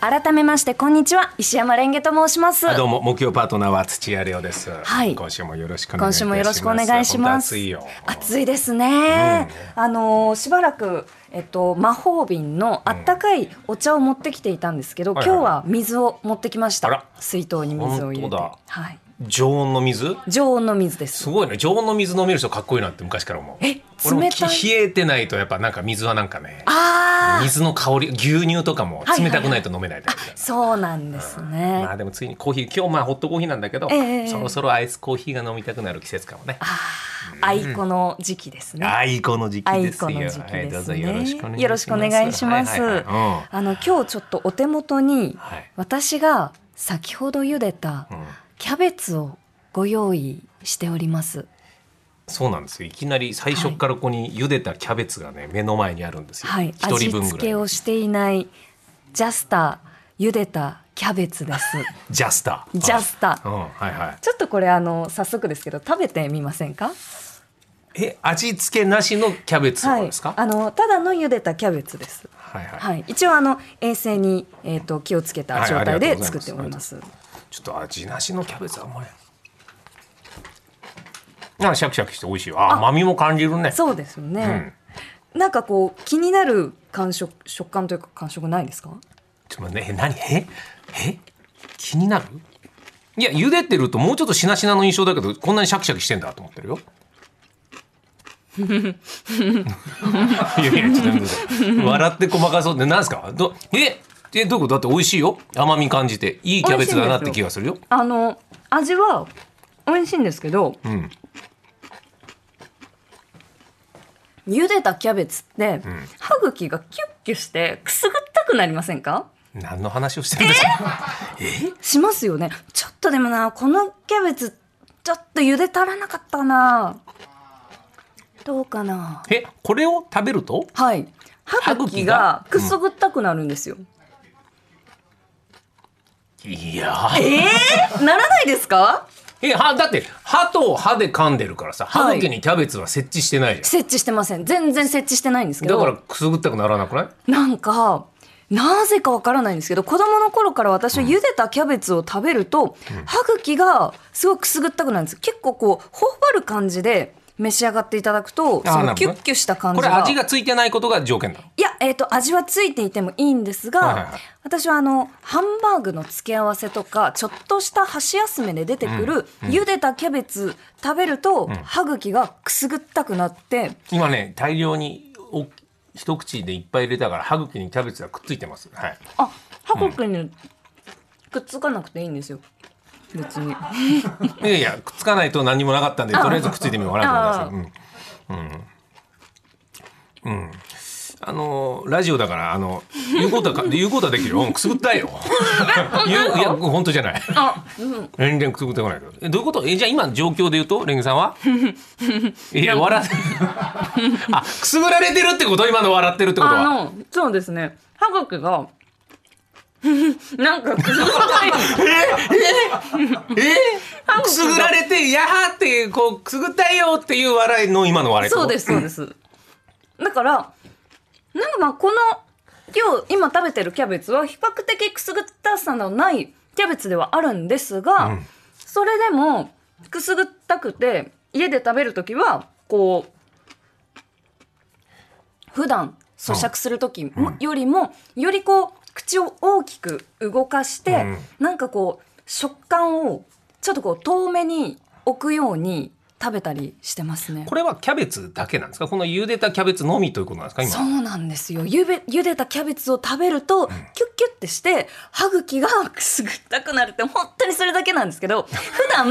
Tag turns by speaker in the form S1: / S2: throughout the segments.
S1: 改めましてこんにちは石山レンゲと申します
S2: あ どうも木曜パートナーは土屋亮です。
S1: はい
S2: 今週もよろしくお願い
S1: 今
S2: いたします。
S1: 週もよろしくお願いします
S2: 本当暑いよ。
S1: 暑いですね、あのーしばらくえっと魔法瓶のあったかいお茶を持ってきていたんですけど、
S2: はいはい
S1: 今日は水を持ってきました、
S2: あら
S1: 水筒に水を入れて
S2: 本当だ
S1: はい
S2: 常温の水？
S1: 常温の水です
S2: すごいね。常温の水飲める人かっこいいなって昔から思う。
S1: え
S2: 俺も
S1: 冷
S2: き
S1: たい
S2: 冷えてないとやっぱなんか水はなんかね。
S1: ああ
S2: 水の香り牛乳とかも
S1: はいはい
S2: 冷たくないと飲めないタイプだ
S1: そうなんですね、
S2: まあでもついにコーヒー今日まあホットコーヒーなんだけど、
S1: ええええ
S2: そろそろアイスコーヒーが飲みたくなる季節かもね。
S1: あいこの時期ですね
S2: アイコの時期
S1: 愛
S2: ですよ。
S1: 子の時期
S2: はいど
S1: で
S2: う
S1: す
S2: ぞ
S1: ね。
S2: よろしくお願いします。
S1: よろしくお願いします。
S2: はいはいはい
S1: あの今日ちょっとお手元に、
S2: はい
S1: 私が先ほど茹でた
S2: うんうん
S1: キャベツをご用意しております。
S2: そうなんですよいきなり最初からここに茹でたキャベツがね目の前にあるんですよ。
S1: はい、
S2: 一
S1: 味
S2: 人分ぐ
S1: 付け
S2: ら
S1: を
S2: い。
S1: していないジャスター茹でたキャベツ です。
S2: ジャスター。
S1: ジャスタ
S2: うんはいはい。
S1: ちょっとこれあの早速ですけど食べてみませんか。
S2: え味付けなしのキャベツ
S1: はい、
S2: ですか？
S1: あのただの茹でたキャベツです。
S2: はいはい。
S1: はい、一応あの衛生にえっ、と気をつけた状態で作っております。
S2: ちょっと味なしのキャベツはあんまり。あシャキシャキして美味しいよ。あ甘みも感じるね。
S1: そうですよね、なんかこう気になる感触食感というか感触ないですか
S2: ちょっと待ってえ何ええ気になる？いや茹でてるともうちょっとしなしなの印象だけどこんなにシャキシャキしてんだと思ってるよ。いやいやちょっと待って笑ってごまかそうって何ですか？どええどういうことだって美味しいよ甘み感じていいキャベツだなって気がするよ。
S1: あの味は美味しいんですけど
S2: うん
S1: 茹でたキャベツって、歯茎がキュッキュしてくすぐったくなりませんか
S2: 何の話をしてるんですか。
S1: しますよねちょっとでもなこのキャベツちょっと茹で足らなかったなどうかな
S2: えこれを食べると
S1: はい歯茎がくすぐったくなるんですよ、
S2: いや
S1: えー、ならないですか
S2: えはだって歯と歯で噛んでるからさ
S1: はい
S2: 歯茎にキャベツは設置してないじゃん。
S1: 設置してません全然設置してないんですけど
S2: だからくすぐったくならなくない
S1: なんかなぜかわからないんですけど子供の頃から私は茹でたキャベツを食べると、歯茎がすごくくすぐったくなるんです結構こう頬張る感じで召し上がっていただくと
S2: あー
S1: そ
S2: なるほど
S1: の
S2: ね
S1: キュッキュした感じ
S2: これ
S1: が
S2: 味がついてないことが条件だ
S1: いや、えー、と味はついていてもいいんですが、
S2: はいはいはい
S1: 私はあのハンバーグの付け合わせとかちょっとした箸休めで出てくる、茹でたキャベツ食べると、歯茎がくすぐったくなって
S2: 今ね大量にお一口でいっぱい入れたから歯茎にキャベツがくっついてますはい
S1: あ、ハコ君にくっつかなくていいんですよ。別に。
S2: いやいやくっつかないと何もなかったんでとりあえずくっついてみようかなと思いますうんうん、うん、あのーラジオだからあの言うことはか言うことはできるようんくすぐったいよ言ういや本当じゃない
S1: あ、うん。
S2: 全然くすぐってこないけどえどういうことえじゃあ今の状況で言うとレンゲさ んはいや笑って あくすぐられてるってこと今の笑ってるってことは
S1: あの、そうですね。ハコ君が。 なんかくすぐったい。
S2: えくすぐられて「やは」ってこうくすぐったいよっていう笑いの今の 笑い
S1: そうですす、そうです。だから。なんか、まあ、この。今日、今食べてるキャベツは比較的くすぐったさのない。キャベツではあるんですが。それでも。くすぐったくて。家で食べるときは。こう。普段咀嚼する時もよりも、よりこう口を大きく動かして、
S2: うん
S1: なんかこう食感をちょっとこう遠めに置くように食べたりしてますね
S2: こ。れはキャベツだけなんですかこの茹でたキャベツのみということなんですか
S1: そ
S2: 今
S1: うなんですよゆべ茹でたキャベツを食べると、キュッキュッてして歯茎がくすぐったくなるって本当にそれだけなんですけ ど普段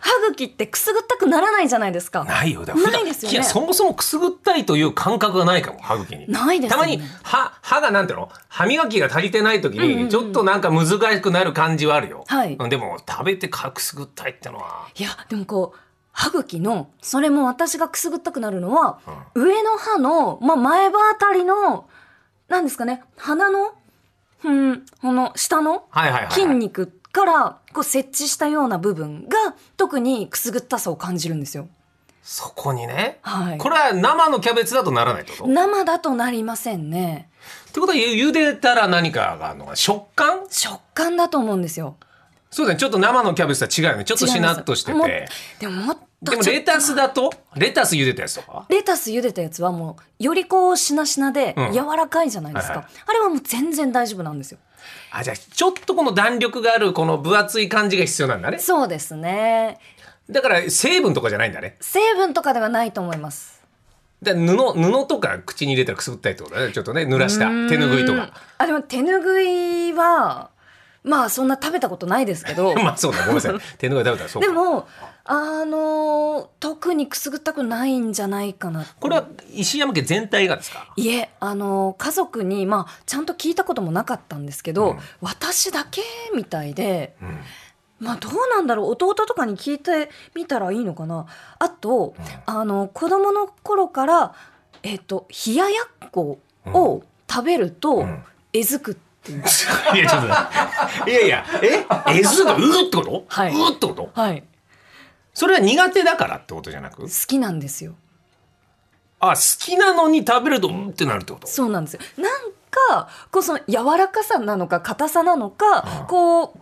S1: 歯茎ってくすぐったくならないじゃないですか。
S2: ないよだから普段
S1: ないですよね
S2: やそもそもくすぐったいという感覚がないかも歯茎に
S1: ないです
S2: た
S1: よ
S2: ま
S1: ね
S2: に歯歯がなんていうの歯磨きが足りてない時にちょっとなんか難しくなる感じはあるよ、
S1: はい
S2: でも食べてかくすぐったいってのはい
S1: やでもこう歯茎のそれも私がくすぐったくなるのは、上の歯の、まあ、前歯あたりのなんですかね鼻のうんこの下の
S2: はいはいはい、はい、
S1: 筋肉からこう設置したような部分が特にくすぐったさを感じるんですよ。
S2: そこにね、
S1: はい
S2: これは生のキャベツだとならないってことっ
S1: 生だとなりませんね
S2: てことはゆ茹でたら何かがあるのかな食感
S1: 食感だと思うんですよ
S2: そうだねちょっと生のキャベツとは違うよねちょっとしなっとして
S1: 違います
S2: て
S1: もでももっと
S2: でも
S1: ちょっ
S2: レタスだとレタス茹でたやつとか
S1: レタス茹でたやつはもうよりこうしなしなで
S2: うん
S1: 柔らかいじゃないですか、
S2: はいは
S1: あれはもう全然大丈夫なんですよ
S2: あじゃあちょっとこの弾力があるこの分厚い感じが必要なんだね
S1: そうですね
S2: だから成分とかじゃないんだね
S1: 成分とかではないと思います
S2: だから布布とか口に入れたらくすぶったりってことだねちょっとね濡らした手ぬぐいと
S1: うん
S2: か
S1: あでも手ぬぐいはまあそんな食べたことないですけど
S2: まあそうだごめんなさ い手ぬぐい食べたらそうか
S1: でもあのー特にくすぐったくないんじゃないかな
S2: これは石山家全体がですか
S1: いえあのー家族に、まあ、ちゃんと聞いたこともなかったんですけど、
S2: うん
S1: 私だけみたいで、
S2: ん
S1: まあ、どうなんだろう弟とかに聞いてみたらいいのかなあと、あの子供の頃から、えっと冷ややっこを食べると、
S2: ん
S1: えずくっていう。
S2: いやちょっと待っていやいやええずがうーってこと、
S1: はいう
S2: ーってこと
S1: はい、好
S2: それは苦手だからってことじゃなく
S1: きなんですよ。
S2: あ好きなのに食べるとうーってなるってこと
S1: そうなんですよ。なんかこうその柔らかさなのか硬さなのか、こ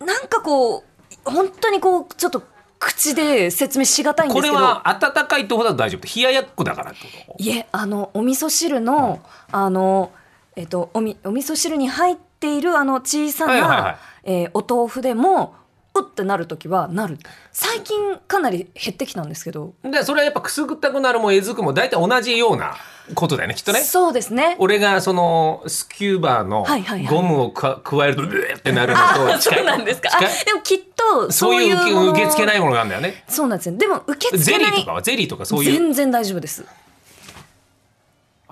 S1: うなんかこう本当にこうちょっと口で説明しがたいんです
S2: こ
S1: け
S2: れ
S1: ど。
S2: は温かいってことは大丈夫冷ややっこだからってこと
S1: いえあのお味噌汁の、あのえっとおみお味噌汁に入っているあの小さな、
S2: はいはいはい
S1: えーお豆腐でもうってなる時はなる。最近かなり減ってきたんですけど。
S2: でそれはやっぱくすぐったくなるもえずくも大体同じようなことだよねきっとね
S1: そうですね。
S2: 俺がそのスキューバーの
S1: はいはいはい
S2: ゴムをか加えるとうえってなるのと近い
S1: そうなんですか。 あ
S2: 近い
S1: でもきっと
S2: そ
S1: そうう
S2: い
S1: いうう
S2: 受け
S1: もの
S2: 受け付けないものがあるんだよね
S1: そうなんですよ。でも受け付け
S2: ゼリ
S1: な
S2: ーと
S1: い
S2: か。はゼリーとかそういう
S1: 全然大丈夫です。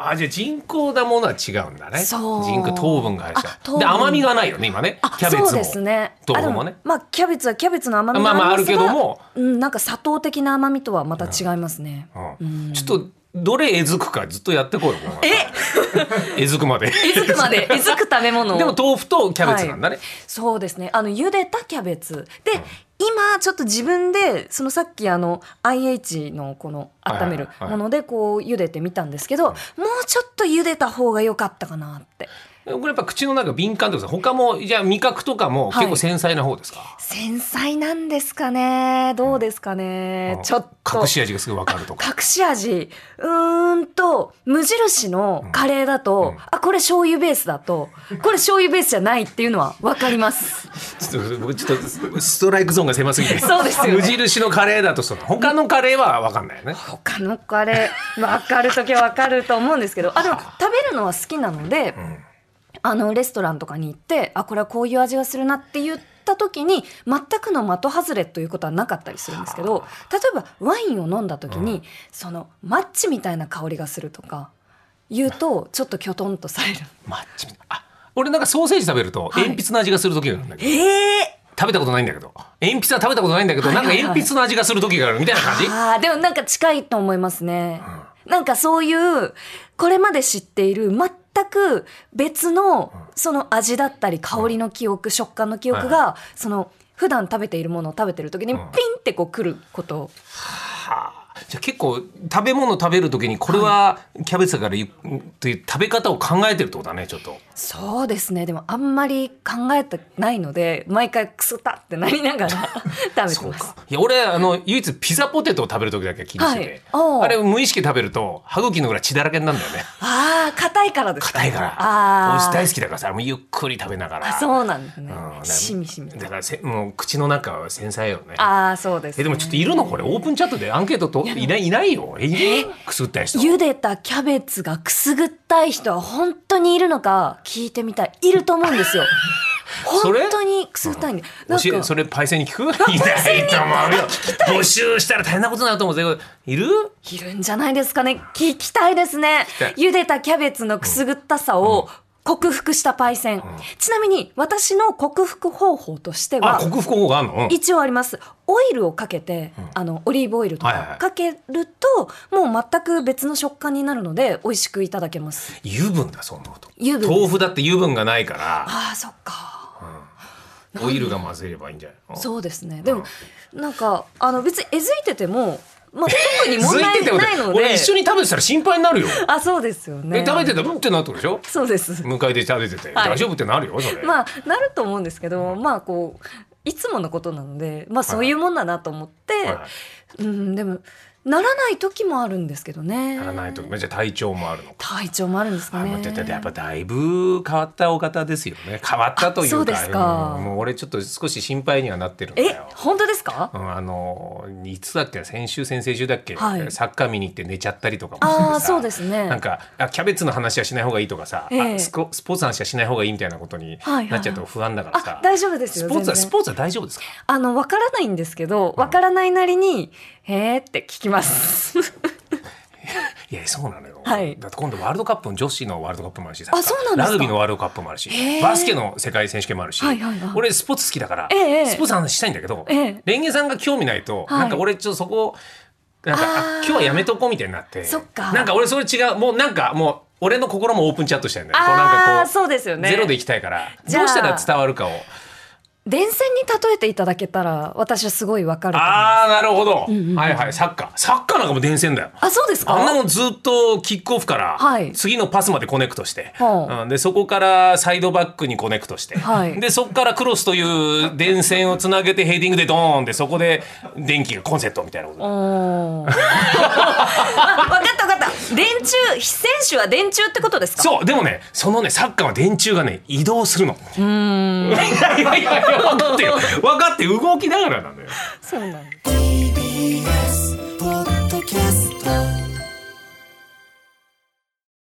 S2: あじゃあ人工だものは違うんだね
S1: そう
S2: 人工糖分が入っちゃ
S1: あ糖
S2: う
S1: 分
S2: で甘みがないよね今ね
S1: あ、
S2: キャベツも
S1: そうですね。
S2: 豆腐も
S1: あ
S2: ね
S1: でまあキャベツはキャベツの甘み
S2: まあまあ
S1: がありますが、
S2: あるけども
S1: うん、なんか砂糖的な甘みとはまた違いますね。
S2: うんちょっとどれえずくかずっとやってこいよええずくま で
S1: えずくまで、えずく食べ物を。
S2: でも豆腐とキャベツなんだね、
S1: はいそうですね。あの、茹でたキャベツ。で、今、ちょっと自分で、そのさっき、あの、IH のこの、温める
S2: はいはいはい
S1: もので、こう、茹でてみたんですけど、もうちょっと茹でた方が良かったかなって。
S2: これやっぱ口の中敏感とかさ他もじゃあ味覚とかも結
S1: は
S2: 構
S1: い
S2: 繊細な方ですか、
S1: 繊細なんですかねどうですかね、
S2: うん
S1: ちょっと。
S2: 隠し味がすぐ分かるとか
S1: 隠し味うーんと無印のカレーだと、あこれ醤油ベースだとこれ醤油ベースじゃないっていうのは分かります
S2: ちょっと僕ちょっとストライクゾーンが狭すぎて
S1: そうですよね
S2: 無印のカレーだとそう他のカレーは分かんないよね
S1: 他のカレー分かる時は分かると思うんですけどあでも食べるのは好きなので、あのレストランとかに行ってあこれはこういう味がするなって言った時に全くの的外れということはなかったりするんですけど例えばワインを飲んだ時に、そのマッチみたいな香りがするとか言うとちょっときょとんとされる。
S2: マッチみたいあ俺なんかソーセージ食べると
S1: い
S2: 鉛筆の味がする時があるんだけど、
S1: ええ
S2: 食べたことないんだけど鉛筆は食べたことないんだけど、
S1: はいはいはい
S2: なんか鉛筆の味がする時があるみたいな感じ
S1: ああ、でもなんか近いと思いますね。なんかそういう、これまで知っている全く別の、その味だったり香りの記憶、食感の記憶
S2: はい
S1: が、その、普段食べているものを食べてる時にピンってこう来ること。
S2: はあじゃあ結構食べ物食べる時にこれはキャベツだからゆという食べ方を考えてるってことだねちょっと
S1: そうですね。でもあんまり考えてないので、毎回くすったってなりながら 食べてます。
S2: いや俺あの唯一ピザポテトを食べる時だけ気にしてて、
S1: はいおう
S2: あれ無意識で食べると歯茎の裏血だらけになるんだよね
S1: ああ、硬いからですか
S2: 硬いから
S1: あ
S2: 俺
S1: あ。
S2: 大好きだからさもうゆっくり食べながら
S1: あそうなんですね
S2: うん。
S1: しみしみ。
S2: だからせもう口の中は繊細よね
S1: ああ、そうです、
S2: え
S1: ね。
S2: でもちょっといるのこれオープンチャットでアンケートといないいないよいるくすぐったい人
S1: 茹でたキャベツがくすぐったい人は本当にいるのか聞いてみたい。いると思うんですよ。
S2: そ
S1: 本
S2: れ
S1: 当にくすぐったいんで。なん
S2: 教え
S1: か
S2: それパイセンに聞くいないと思うよ募集したら大変なことになると思うぜいる
S1: いるんじゃないですかね。聞きたいですね
S2: たい。
S1: 茹でたキャベツのくすぐったさを克服したパイセン。ちなみに私の克服方法として
S2: あ
S1: は、
S2: 克服法があるの、うん
S1: 一応あります。オイルをかけて、あの、オリーブオイルと
S2: はいはいは
S1: かか
S2: い
S1: けると、もう全く別の食感になるので、美味しくいただけます。
S2: 油分だそんなこと
S1: 油分
S2: 豆腐だって油分がないか
S1: ああ、そっか。
S2: らオイルが混ぜればいいんじゃないの
S1: そうですね。でも、なんか、あの、別にえずいてても、まあ、特に問
S2: 続い
S1: 題
S2: てて
S1: ないので
S2: 俺一緒に食べてたら心配にな るよ。
S1: あそうですよね
S2: え食べてたらうんってなったでしょ
S1: そうです
S2: 向かいで食べてて、
S1: はい
S2: 大丈夫ってなるよそれ。
S1: まあなると思うんですけどまあこういつものことなのでまあそういうもんだなと思って、
S2: は
S1: う
S2: い
S1: んでもならない時もあるんですけどね
S2: ならないとじゃあ体調もあるのか。
S1: 体調もあるんですか
S2: あ
S1: ね
S2: まあ、だってやっぱだいぶ変わったお方ですよね変わったというか
S1: あそうですか
S2: うんもう俺ちょっと少し心配にはなってるんだ
S1: え
S2: よ。
S1: 本当ですか
S2: うん、あのいつだっけ先週先々週だっけ、
S1: はい
S2: サッカー見に行って寝ちゃったりとかもして
S1: ああ
S2: さ
S1: そうですね
S2: なんかあキャベツの話はしない方がいいとかさ、
S1: ええ
S2: あスコスポーツの話はしない方がいいみたいなことに
S1: はいはい
S2: なっちゃうと不安だからさ、
S1: あ大丈夫ですよ
S2: スポーツは
S1: 全
S2: ス
S1: 然
S2: ポーツは大丈夫ですか
S1: あのわからないんですけどわからないなりに「へーって聞きます。
S2: いやそうなのよ、
S1: はい
S2: だって今度ワールドカップの女子のワールドカップもあるしさ
S1: あそうなんですか
S2: ラグビーのワールドカップもあるし
S1: へえ
S2: バスケの世界選手権もあるし、
S1: はいはいはい
S2: 俺スポーツ好きだから、
S1: ええええ
S2: スポーツの話したいんだけど、
S1: ええ
S2: レンゲさんが興味ないと、
S1: はい
S2: なんか俺ちょっとそこなんかあ
S1: あー
S2: 今日はやめとこうみたいになって
S1: そっか
S2: なんか俺それ違うもうなんかもう俺の心もオープンチャットしたいんだよこう
S1: あ
S2: なん
S1: あ
S2: かこ
S1: そうですよ
S2: う、
S1: ね。
S2: ゼロでいきたいから
S1: じゃ
S2: ど
S1: あ
S2: うしたら伝わるかを
S1: 電線に例えていただけたら私はすごいわかると思う
S2: ああなるほど、はいはいサッカーサッカーなんかも伝染だよ
S1: あそうですか
S2: あんなのずっとキックオフから
S1: はい
S2: 次のパスまでコネクトして、
S1: は
S2: うんでそこからサイドバックにコネクトして、
S1: はい
S2: でそこからクロスという電線をつなげてヘディングでドーンでそこで電気がコンセントみたいなこと
S1: おー あ分かった分かった電柱非選手は電柱ってことですか
S2: そうでもねそのねサッカーは電柱がね移動するの。 いやいやいや分かってよ分かって動きながらなのよ。
S1: そうなんだ
S3: TBS